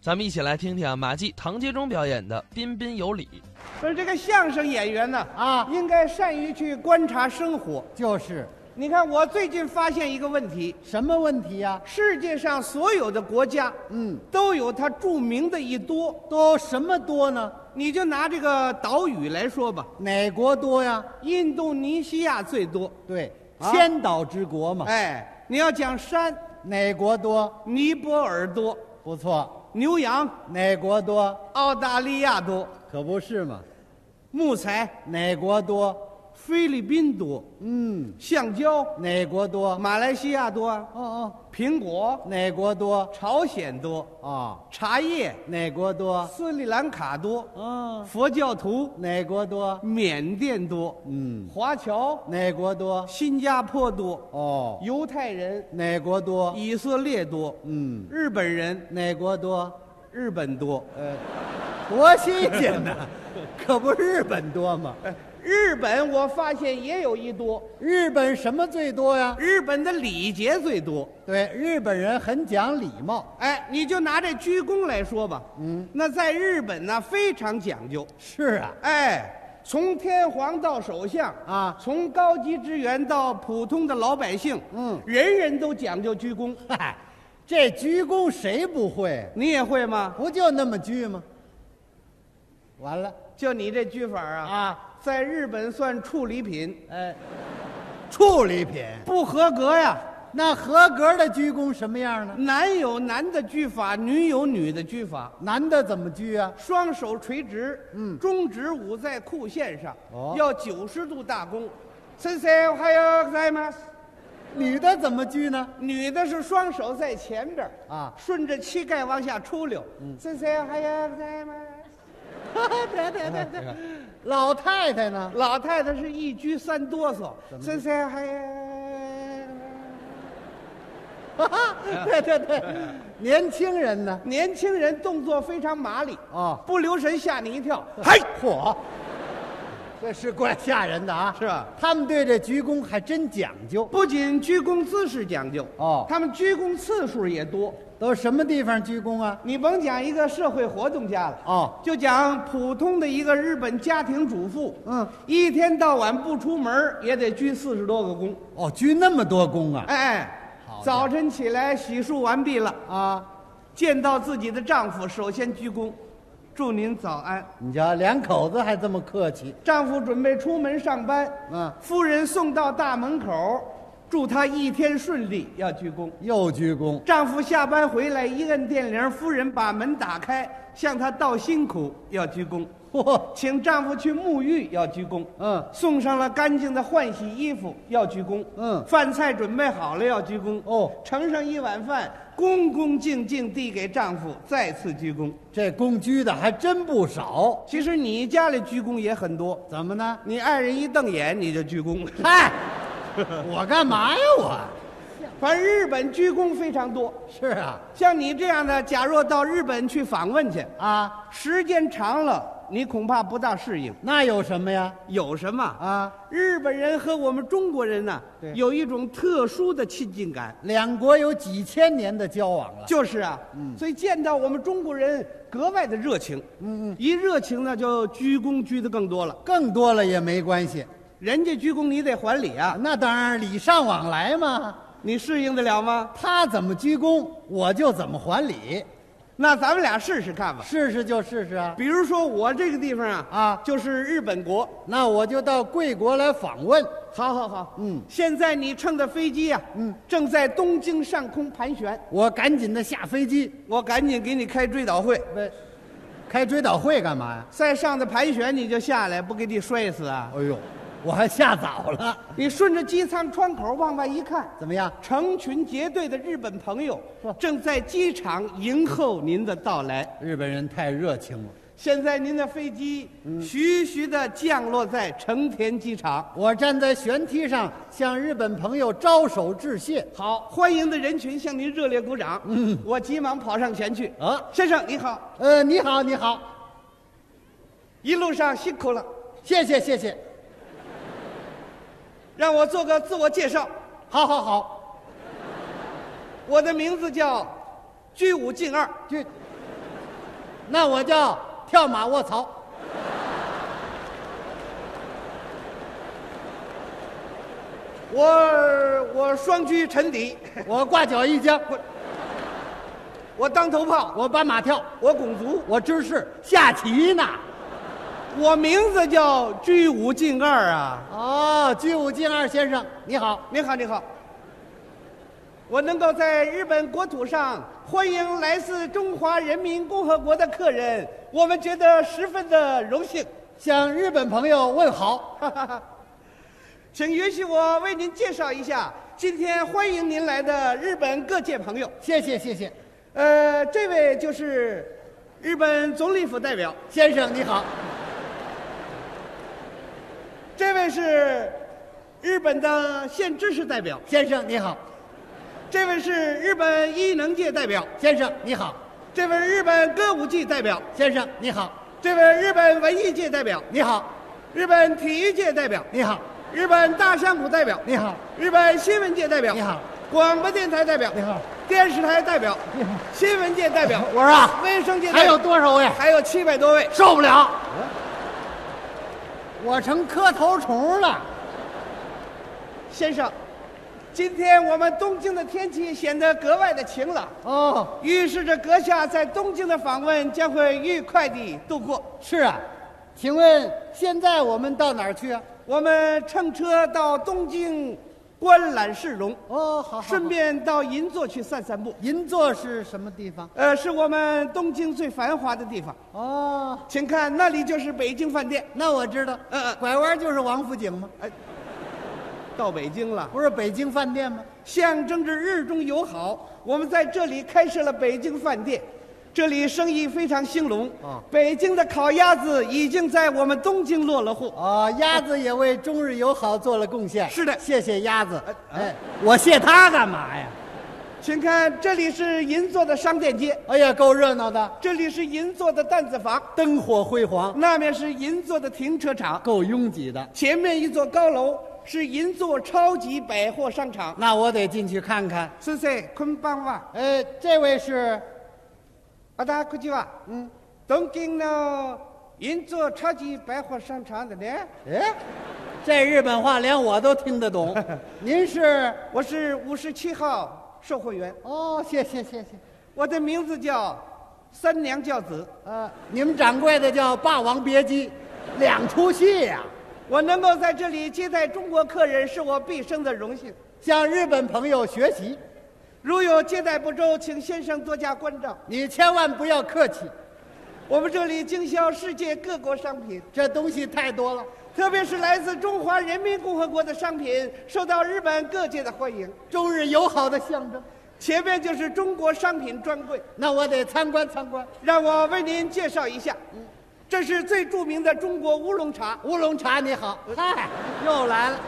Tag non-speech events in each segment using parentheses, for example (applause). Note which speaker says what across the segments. Speaker 1: 咱们一起来听听啊，马季、唐杰忠表演的《彬彬有礼》。
Speaker 2: 不是这个相声演员呢，
Speaker 3: 啊，
Speaker 2: 应该善于去观察生活。
Speaker 3: 就是
Speaker 2: 你看，我最近发现一个问题：
Speaker 3: 什么问题呀、
Speaker 2: 世界上所有的国家，
Speaker 3: 嗯，
Speaker 2: 都有它著名的一多。
Speaker 3: 都什么多呢？
Speaker 2: 你就拿这个岛屿来说吧，
Speaker 3: 哪国多呀？
Speaker 2: 印度尼西亚最多。
Speaker 3: 对，
Speaker 2: 啊
Speaker 3: 千岛之国嘛。
Speaker 2: 哎，你要讲山，
Speaker 3: 哪国多？
Speaker 2: 尼泊尔多，
Speaker 3: 不错。
Speaker 2: 牛羊，
Speaker 3: 哪国多？
Speaker 2: 澳大利亚多，
Speaker 3: 可不是嘛。
Speaker 2: 木材，
Speaker 3: 哪国多？
Speaker 2: 菲律宾多，
Speaker 3: 嗯，
Speaker 2: 橡胶，
Speaker 3: 哪国多？
Speaker 2: 马来西亚多啊，
Speaker 3: 哦哦，
Speaker 2: 苹果，
Speaker 3: 哪国多？
Speaker 2: 朝鲜多，
Speaker 3: 哦，
Speaker 2: 茶叶，
Speaker 3: 哪国多？
Speaker 2: 斯里兰卡多，
Speaker 3: 嗯，
Speaker 2: 佛教徒，
Speaker 3: 哪国多？
Speaker 2: 缅甸多，
Speaker 3: 嗯，
Speaker 2: 华侨，
Speaker 3: 哪国多？
Speaker 2: 新加坡多，
Speaker 3: 哦，
Speaker 2: 犹太人，
Speaker 3: 哪国多？
Speaker 2: 以色列多，
Speaker 3: 嗯，
Speaker 2: 日本人，
Speaker 3: 哪国多？
Speaker 2: 日本多，
Speaker 3: 呃，多新
Speaker 2: (laughs)
Speaker 3: 鲜呐！可不日本多吗？
Speaker 2: 哎日本我发现也有一多，
Speaker 3: 日本什么最多呀？
Speaker 2: 日本的礼节最多。
Speaker 3: 对，日本人很讲礼貌。
Speaker 2: 哎，你就拿这鞠躬来说吧，嗯，那在日本呢非常讲究，
Speaker 3: 是啊，
Speaker 2: 哎，从天皇到首相
Speaker 3: 啊
Speaker 2: 从高级职员到普通的老百姓，
Speaker 3: 嗯
Speaker 2: 人人都讲究鞠躬。
Speaker 3: (laughs) 嗨，哎这鞠躬谁不会？
Speaker 2: 你也会吗？
Speaker 3: 不就那么鞠吗？完了
Speaker 2: 就你这鞠法啊，
Speaker 3: 啊，
Speaker 2: 在日本算处理品，
Speaker 3: 哎，处理品
Speaker 2: 不合格呀。
Speaker 3: 那合格的鞠躬什么样呢？
Speaker 2: 男有男的鞠法，女有女的鞠法，
Speaker 3: 男的怎么鞠啊？
Speaker 2: 双手垂直，
Speaker 3: 嗯
Speaker 2: 中指捂在裤线上，
Speaker 3: 哦
Speaker 2: 要九十度大躬。先生，还有在吗？
Speaker 3: 女的怎么鞠呢？
Speaker 2: 女的是双手在前边儿
Speaker 3: 啊
Speaker 2: 顺着膝盖往下出溜。
Speaker 3: 嗯
Speaker 2: 先生，还有在
Speaker 3: (laughs)
Speaker 2: 吗？对对对对，
Speaker 3: 老太太呢？ (laughs)
Speaker 2: 老太太是一鞠三哆嗦。先生，还有。
Speaker 3: 对对对，年轻人呢？
Speaker 2: 年轻人动作非常麻利，
Speaker 3: 哦，
Speaker 2: 不留神吓你一跳。
Speaker 3: 嘿，嚯，这是怪吓人的啊！
Speaker 2: 是吧
Speaker 3: 他们对这鞠躬还真讲究，
Speaker 2: 不仅鞠躬姿势讲究
Speaker 3: 哦
Speaker 2: 他们鞠躬次数也多。
Speaker 3: 都什么地方鞠躬啊？
Speaker 2: 你甭讲一个社会活动家了，
Speaker 3: 哦，
Speaker 2: 就讲普通的一个日本家庭主妇，
Speaker 3: 嗯，
Speaker 2: 一天到晚不出门儿也得鞠四十多个躬。
Speaker 3: 哦，鞠那么多躬啊？
Speaker 2: 哎
Speaker 3: 好，的
Speaker 2: 早晨起来洗漱完毕了，
Speaker 3: 啊，
Speaker 2: 见到自己的丈夫，首先鞠躬，祝您早安。
Speaker 3: 你瞧，两口子还这么客气，
Speaker 2: 丈夫准备出门上班，
Speaker 3: 嗯
Speaker 2: 夫人送到大门口，祝他一天顺利，要鞠躬。
Speaker 3: 又鞠躬， (laughs)
Speaker 2: 丈夫下班回来一摁电铃，夫人把门打开，向他道辛苦，要鞠躬。
Speaker 3: 嚯，
Speaker 2: 请丈夫去沐浴要鞠躬，
Speaker 3: 嗯
Speaker 2: 送上了干净的换洗衣服要鞠躬，
Speaker 3: 嗯
Speaker 2: 饭菜准备好了要鞠躬，
Speaker 3: 哦
Speaker 2: 盛上一碗饭，恭恭敬敬递给丈夫，再次鞠躬。
Speaker 3: 这躬鞠的还真不少，
Speaker 2: 其实你家里鞠躬也很多，
Speaker 3: 怎么呢？
Speaker 2: 你爱人一瞪眼你就鞠躬， (laughs)
Speaker 3: 嗨， (laughs) 我干嘛呀？我
Speaker 2: 反正日本鞠躬非常多。
Speaker 3: 是啊
Speaker 2: 像你这样的，假若到日本去访问去，
Speaker 3: 啊，
Speaker 2: 时间长了你恐怕不大适应。
Speaker 3: 那有什么呀？
Speaker 2: 有什么啊？
Speaker 3: 啊，
Speaker 2: 日本人和我们中国人呢、
Speaker 3: 对
Speaker 2: 有一种特殊的亲近感。
Speaker 3: 两国有几千年的交往了，
Speaker 2: 就是啊，所以见到我们中国人格外的热情，嗯嗯，一热情呢就鞠躬鞠的更多了。
Speaker 3: 更多了也没关系。
Speaker 2: 人家鞠躬你得还礼啊，
Speaker 3: 那当然，礼尚往来嘛。
Speaker 2: 你适应得了吗？
Speaker 3: 他怎么鞠躬，我就怎么还礼，
Speaker 2: 那咱们俩试试看吧。
Speaker 3: 试试就试试啊。
Speaker 2: 比如说我这个地方啊
Speaker 3: 啊
Speaker 2: 就是日本国，
Speaker 3: 那我就到贵国来访问。
Speaker 2: 好好好，
Speaker 3: 嗯
Speaker 2: 现在你乘的飞机啊，
Speaker 3: 嗯，
Speaker 2: 正在东京上空盘旋，
Speaker 3: 我赶紧的下飞机，
Speaker 2: 我赶紧给你开追悼会。
Speaker 3: 喂，开追悼会干嘛呀？
Speaker 2: 再上的盘旋你就下来，不给你摔死啊！
Speaker 3: 哎呦，我还吓早了。
Speaker 2: 你顺着机舱窗口往外一看，
Speaker 3: 怎么样？
Speaker 2: 成群结队的日本朋友
Speaker 3: 哇
Speaker 2: 正在机场迎候您的到来。
Speaker 3: 日本人太热情了。
Speaker 2: 现在您的飞机
Speaker 3: 嗯
Speaker 2: 徐徐地降落在成田机场，
Speaker 3: 我站在舷梯上向日本朋友招手致谢。
Speaker 2: 好，欢迎的人群向您热烈鼓掌。嗯，我急忙跑上前去。
Speaker 3: 啊，
Speaker 2: 先生你好，
Speaker 3: 呃，你好，你好，
Speaker 2: 一路上辛苦了，
Speaker 3: 谢谢谢谢，
Speaker 2: 让我做个自我介绍，
Speaker 3: 好好好，
Speaker 2: 我的名字叫居武进二，
Speaker 3: 鞠，那我叫跳马卧槽。
Speaker 2: 我我双狙沉底，
Speaker 3: 我挂脚一僵，
Speaker 2: 我当头炮，
Speaker 3: 我搬马跳，
Speaker 2: 我拱足，
Speaker 3: 我知是下棋呢。
Speaker 2: 我名字叫居五进二啊！
Speaker 3: 哦，居五进二先生，你好，
Speaker 2: 您好，您好。我能够在日本国土上欢迎来自中华人民共和国的客人，我们觉得十分的荣幸。
Speaker 3: 向日本朋友问好。
Speaker 2: 请允许我为您介绍一下今天欢迎您来的日本各界朋友。
Speaker 3: 谢谢谢谢，
Speaker 2: 呃，这位就是日本总理府代表，
Speaker 3: 先生你好，
Speaker 2: 这位是日本的县知事代表，
Speaker 3: 先生你好，
Speaker 2: 这位是日本艺能界代表，
Speaker 3: 先生你好，
Speaker 2: 这位日本歌舞伎代表，
Speaker 3: 先生你好，
Speaker 2: 这位日本文艺界代表，
Speaker 3: 你好，
Speaker 2: 日本体育界代表，
Speaker 3: 你好，
Speaker 2: 日本大相扑代表，
Speaker 3: 你好，
Speaker 2: 日本新闻界代表，
Speaker 3: 你好，
Speaker 2: 广播电台代表，
Speaker 3: 你好，
Speaker 2: 电视台代表，
Speaker 3: 你好，
Speaker 2: 新闻界代表，
Speaker 3: 我说啊，
Speaker 2: 卫生界代
Speaker 3: 还有
Speaker 2: 表，
Speaker 3: 多少位？
Speaker 2: 还有七百多位。
Speaker 3: 受不了，我成磕头虫了。
Speaker 2: 先生，今天我们东京的天气显得格外的晴朗，
Speaker 3: 哦，
Speaker 2: 预示着阁下在东京的访问将会愉快地度过。
Speaker 3: 是啊，请问现在我们到哪儿去啊？
Speaker 2: 我们乘车到东京观览市容，
Speaker 3: 哦，好，好好
Speaker 2: 顺便到银座去散散步。
Speaker 3: 银座是什么地方？
Speaker 2: 呃，是我们东京最繁华的地方，
Speaker 3: 哦，
Speaker 2: 请看那里就是北京饭店。
Speaker 3: 那我知道，
Speaker 2: 嗯嗯
Speaker 3: 拐弯就是王府井吗？
Speaker 2: 到北京了，
Speaker 3: 不是北京饭店吗？
Speaker 2: 象征着日中友好，我们在这里开设了北京饭店，这里生意非常兴隆。
Speaker 3: 哦
Speaker 2: 北京的烤鸭子已经在我们东京落了户。
Speaker 3: 哦，鸭子也为中日友好做了贡献。
Speaker 2: 是的
Speaker 3: 谢谢鸭子。
Speaker 2: 哎
Speaker 3: 哎，我谢他干嘛呀？
Speaker 2: 请看，这里是银座的商店街，
Speaker 3: 哎呀，够热闹的，
Speaker 2: 这里是银座的担子房，
Speaker 3: 灯火辉煌，
Speaker 2: 那面是银座的停车场，
Speaker 3: 够拥挤的。
Speaker 2: 前面一座高楼是银座超级百货商场。
Speaker 3: 那我得进去看看。
Speaker 2: 先生，昆邦哇，
Speaker 3: 哎，这位是
Speaker 2: 阿达库吉哇，嗯，东京的银座超级百货商场的呢，
Speaker 3: 哎，这日本话连我都听
Speaker 2: (laughs)
Speaker 3: 得懂。您是？
Speaker 2: 我是五十七号售货员，
Speaker 3: 哦，谢谢谢谢。
Speaker 2: 我的名字叫三娘教子，
Speaker 3: 呃，你们掌柜的叫《霸王别姬》，两出戏呀、
Speaker 2: 我能够在这里接待中国客人是我毕生的荣幸。
Speaker 3: 向日本朋友学习，
Speaker 2: 如有接待不周，请先生多加关照。
Speaker 3: 你千万不要客气，
Speaker 2: 我们这里经销世界各国商品，
Speaker 3: 这东西太多了。
Speaker 2: 特别是来自中华人民共和国的商品，受到日本各界的欢迎。
Speaker 3: 中日友好的象征，
Speaker 2: 前面就是中国商品专柜，
Speaker 3: 那我得参观参观。
Speaker 2: 让我为您介绍一下。这是最著名的中国乌龙茶，
Speaker 3: 乌龙茶你好，嗨，又来了，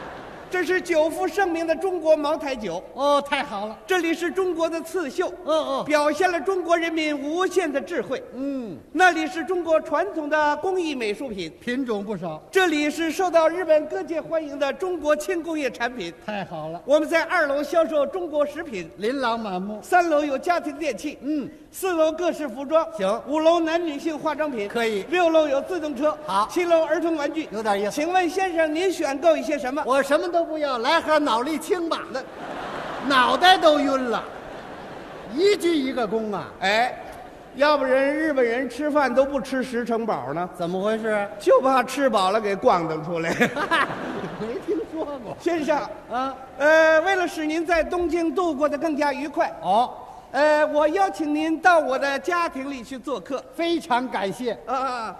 Speaker 2: 这是久负盛名的中国茅台酒，
Speaker 3: 哦，太好了，
Speaker 2: 这里是中国的刺绣，
Speaker 3: 嗯嗯
Speaker 2: 表现了中国人民无限的智慧。
Speaker 3: 嗯，
Speaker 2: 那里是中国传统的工艺美术品，
Speaker 3: 品种不少，
Speaker 2: 这里是受到日本各界欢迎的中国轻工业产品。
Speaker 3: 太好了，
Speaker 2: 我们在二楼销售中国食品，
Speaker 3: 琳琅满目，
Speaker 2: 三楼有家庭电器，
Speaker 3: 嗯，
Speaker 2: 四楼各式服装，
Speaker 3: 行
Speaker 2: 五楼男女性化妆品
Speaker 3: 可以
Speaker 2: 六楼有自行车，
Speaker 3: 好
Speaker 2: 七楼儿童玩具，
Speaker 3: 有点意思。
Speaker 2: 请问先生，您选购一些什么？
Speaker 3: 我什么都不要，来盒脑力清吧，那脑袋都晕了，一句一个功啊，
Speaker 2: 哎，要不然日本人吃饭都不吃十成饱呢，
Speaker 3: 怎么回事？
Speaker 2: 就怕吃饱了给逛荡出来。 (laughs)
Speaker 3: 嗨， (laughs) 没听说过
Speaker 2: 先生，
Speaker 3: 啊？
Speaker 2: 呃，为了使您在东京度过的更加愉快，
Speaker 3: 哦，
Speaker 2: 呃，我邀请您到我的家庭里去做客。
Speaker 3: 非常感谢，
Speaker 2: 啊，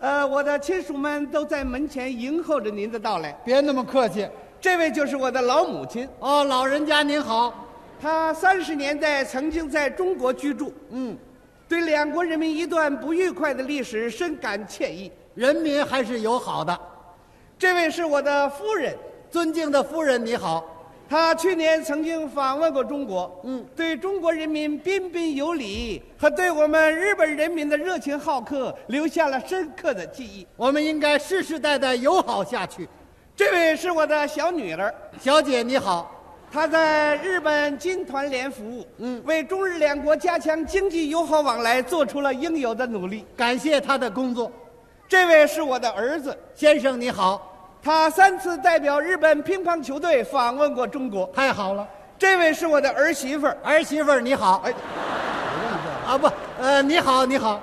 Speaker 2: 呃，我的亲属们都在门前迎候着您的到来。
Speaker 3: 别那么客气。
Speaker 2: 这位就是我的老母亲，
Speaker 3: 哦，老人家您好，
Speaker 2: 她三十年代曾经在中国居住，
Speaker 3: 嗯，
Speaker 2: 对两国人民一段不愉快的历史深感歉意。
Speaker 3: 人民还是友好的。
Speaker 2: 这位是我的夫人，
Speaker 3: 尊敬的夫人你好，
Speaker 2: 她去年曾经访问过中国，
Speaker 3: 嗯，
Speaker 2: 对中国人民彬彬有礼和对我们日本人民的热情好客留下了深刻的记忆。
Speaker 3: 我们应该世世代代友好下去。
Speaker 2: 这位是我的小女儿，
Speaker 3: 小姐你好，
Speaker 2: 他在日本金团联服务，嗯，为中日两国加强经济友好往来做出了应有的努力。
Speaker 3: 感谢他的工作，
Speaker 2: 这位是我的儿子，
Speaker 3: 先生你好，
Speaker 2: 他三次代表日本乒乓球队访问过中国。
Speaker 3: 太好了，
Speaker 2: 这位是我的儿媳妇儿，
Speaker 3: 儿媳妇儿你好，
Speaker 2: 哎，
Speaker 3: 啊不，呃你好你好，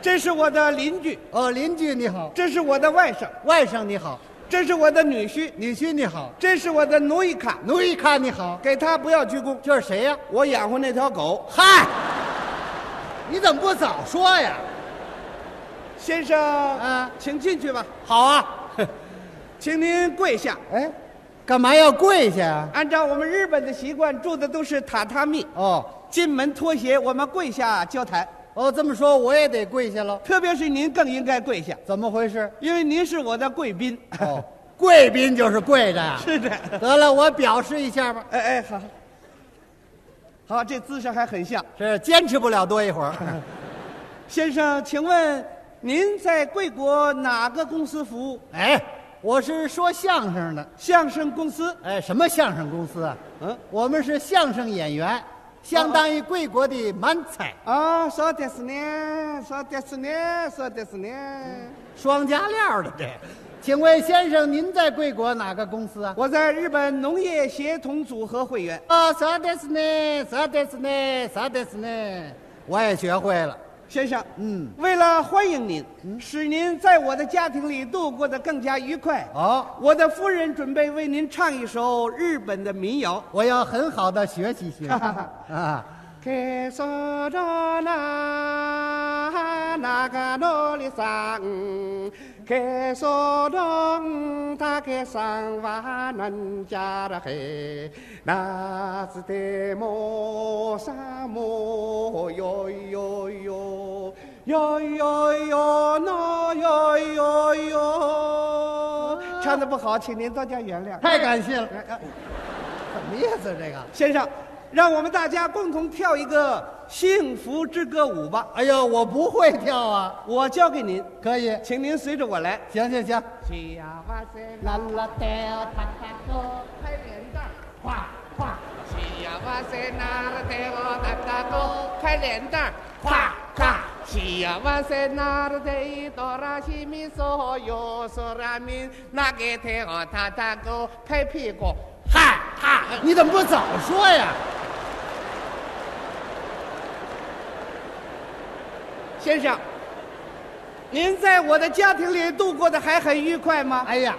Speaker 2: 这是我的邻居，
Speaker 3: 哦邻居你好，
Speaker 2: 这是我的外甥，
Speaker 3: 外甥你好，
Speaker 2: 这是我的女婿，
Speaker 3: 女婿你好，
Speaker 2: 这是我的奴役卡。
Speaker 3: 奴役看你好，
Speaker 2: 给他不要鞠躬，
Speaker 3: 这是谁呀、
Speaker 2: 我养活那条狗。
Speaker 3: 嗨，你怎么不早说呀？
Speaker 2: 先生，
Speaker 3: 啊
Speaker 2: 请进去吧，
Speaker 3: 好啊，
Speaker 2: 请您跪下。
Speaker 3: 哎，干嘛要跪下啊？
Speaker 2: 按照我们日本的习惯，住的都是榻榻米，
Speaker 3: 哦
Speaker 2: 进门脱鞋，我们跪下交谈。
Speaker 3: 哦，这么说我也得跪下喽？
Speaker 2: 特别是您更应该跪下，
Speaker 3: 怎么回事？
Speaker 2: 因为您是我的贵宾。 (laughs)
Speaker 3: 哦，贵宾就是跪着呀、
Speaker 2: 是的，
Speaker 3: (laughs) 得了，我表示一下吧。
Speaker 2: 哎哎，好，好，这姿势还很像。
Speaker 3: 是坚持不了多一会儿。
Speaker 2: 先生，请问您在贵国哪个公司服务？
Speaker 3: 哎，我是说相声的。
Speaker 2: 相声公司。
Speaker 3: 哎，什么相声公司啊？
Speaker 2: 嗯，
Speaker 3: 我们是相声演员，相当于贵国的满彩，
Speaker 2: 啊，そうですね，そうですね，そうですね。
Speaker 3: 嗯双加料的这。请问先生，您在贵国哪个公司啊？
Speaker 2: 我在日本农业协同组合会员。
Speaker 3: 啊，啥的是呢？啥的是呢？啥的是呢？我也学会了。
Speaker 2: 先生，
Speaker 3: 嗯，
Speaker 2: 为了欢迎您，使您在我的家庭里度过得更加愉快，
Speaker 3: 哦，
Speaker 2: 我的夫人准备为您唱一首日本的民谣。
Speaker 3: 我要很好的学习学习啊。
Speaker 2: けそろな長野里さんけそろんたけさんはなんちゃらへ夏でもさもよいよいよよいよいよのよいよいよ唱的不好，请您多加原谅。
Speaker 3: 太感谢了。哎哎什么意思？这个？
Speaker 2: 先生，让我们大家共同跳一个《幸福之歌舞》吧。
Speaker 3: 哎呀，我不会跳啊。
Speaker 2: 我交给您，
Speaker 3: 可以，
Speaker 2: 请您随着我来。
Speaker 3: 行行行。
Speaker 4: 啦啦跳，踏踏歌，
Speaker 2: 拍脸蛋，
Speaker 4: 跨跨
Speaker 2: 喜呀哇塞那拉得我哒哒哆，拍脸蛋，
Speaker 4: 跨跨，
Speaker 2: 喜呀哇塞那拉得哆啦西咪嗦哟嗦啦咪，那给得我哒哒哆，拍屁股。
Speaker 3: 嗨嗨，你怎么不早说呀？
Speaker 2: 先生，您在我的家庭里度过的还很愉快吗？
Speaker 3: 哎呀，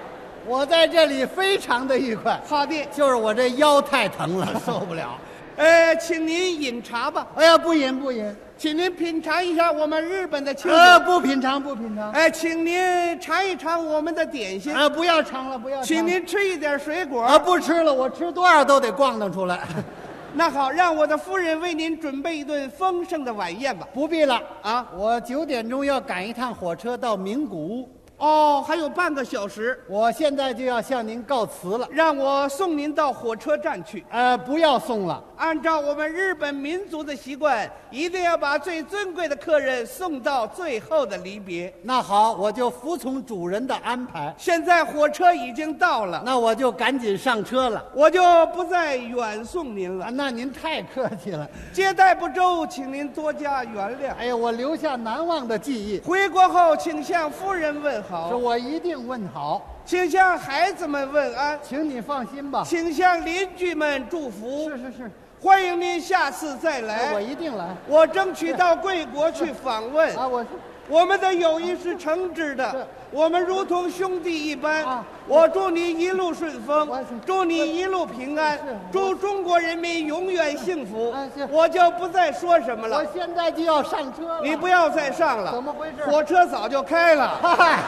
Speaker 3: 我在这里非常的愉快，
Speaker 2: 好的，
Speaker 3: 就是我这腰太疼了，受不了。
Speaker 2: 呃，请您饮茶吧，
Speaker 3: 哎呀，不饮不饮，
Speaker 2: 请您品尝一下我们日本的清酒。
Speaker 3: 呃，不品尝不品尝，
Speaker 2: 哎，请您尝一尝我们的点心，
Speaker 3: 啊，不要尝了不要尝了。
Speaker 2: 请您吃一点水果。
Speaker 3: 啊，不吃了，我吃多少都得逛荡出来， (laughs)
Speaker 2: 那好，让我的夫人为您准备一顿丰盛的晚宴吧。
Speaker 3: 不必了
Speaker 2: 啊
Speaker 3: 我九点钟要赶一趟火车到名古屋，
Speaker 2: 哦，还有半个小时，
Speaker 3: 我现在就要向您告辞了。
Speaker 2: 让我送您到火车站去。
Speaker 3: 呃，不要送了。
Speaker 2: 按照我们日本民族的习惯，一定要把最尊贵的客人送到最后的离别。
Speaker 3: 那好，我就服从主人的安排。
Speaker 2: 现在火车已经到了，
Speaker 3: 那我就赶紧上车了。
Speaker 2: 我就不再远送您
Speaker 3: 啊，
Speaker 2: 了。
Speaker 3: 那您太客气了。
Speaker 2: 接待不周，请您多加原谅。
Speaker 3: 哎呀，我留下难忘的记忆，
Speaker 2: 回国后，请向夫人问
Speaker 3: 是
Speaker 2: 好，
Speaker 3: 我一定问好，
Speaker 2: 请向孩子们问安，
Speaker 3: 请你放心吧。
Speaker 2: 请向邻居们祝福。
Speaker 3: 是是是，
Speaker 2: 欢迎您下次再
Speaker 3: 哎我
Speaker 2: 来。
Speaker 3: 一定来。
Speaker 2: 我争取到贵国去访问。
Speaker 3: 啊，我是
Speaker 2: 我们的友谊是诚挚的
Speaker 3: 是，
Speaker 2: 我们如同兄弟一般
Speaker 3: 啊。
Speaker 2: 我祝您一路顺风
Speaker 3: 我是，
Speaker 2: 祝你一路平安
Speaker 3: 是，
Speaker 2: 祝中国人民永远幸福
Speaker 3: 啊是。
Speaker 2: 我就不再说什么
Speaker 3: 我
Speaker 2: 了，
Speaker 3: 现在就要上车了。
Speaker 2: 你不要再上了。
Speaker 3: 怎么回事
Speaker 2: 火车早就开了。
Speaker 3: 嗨，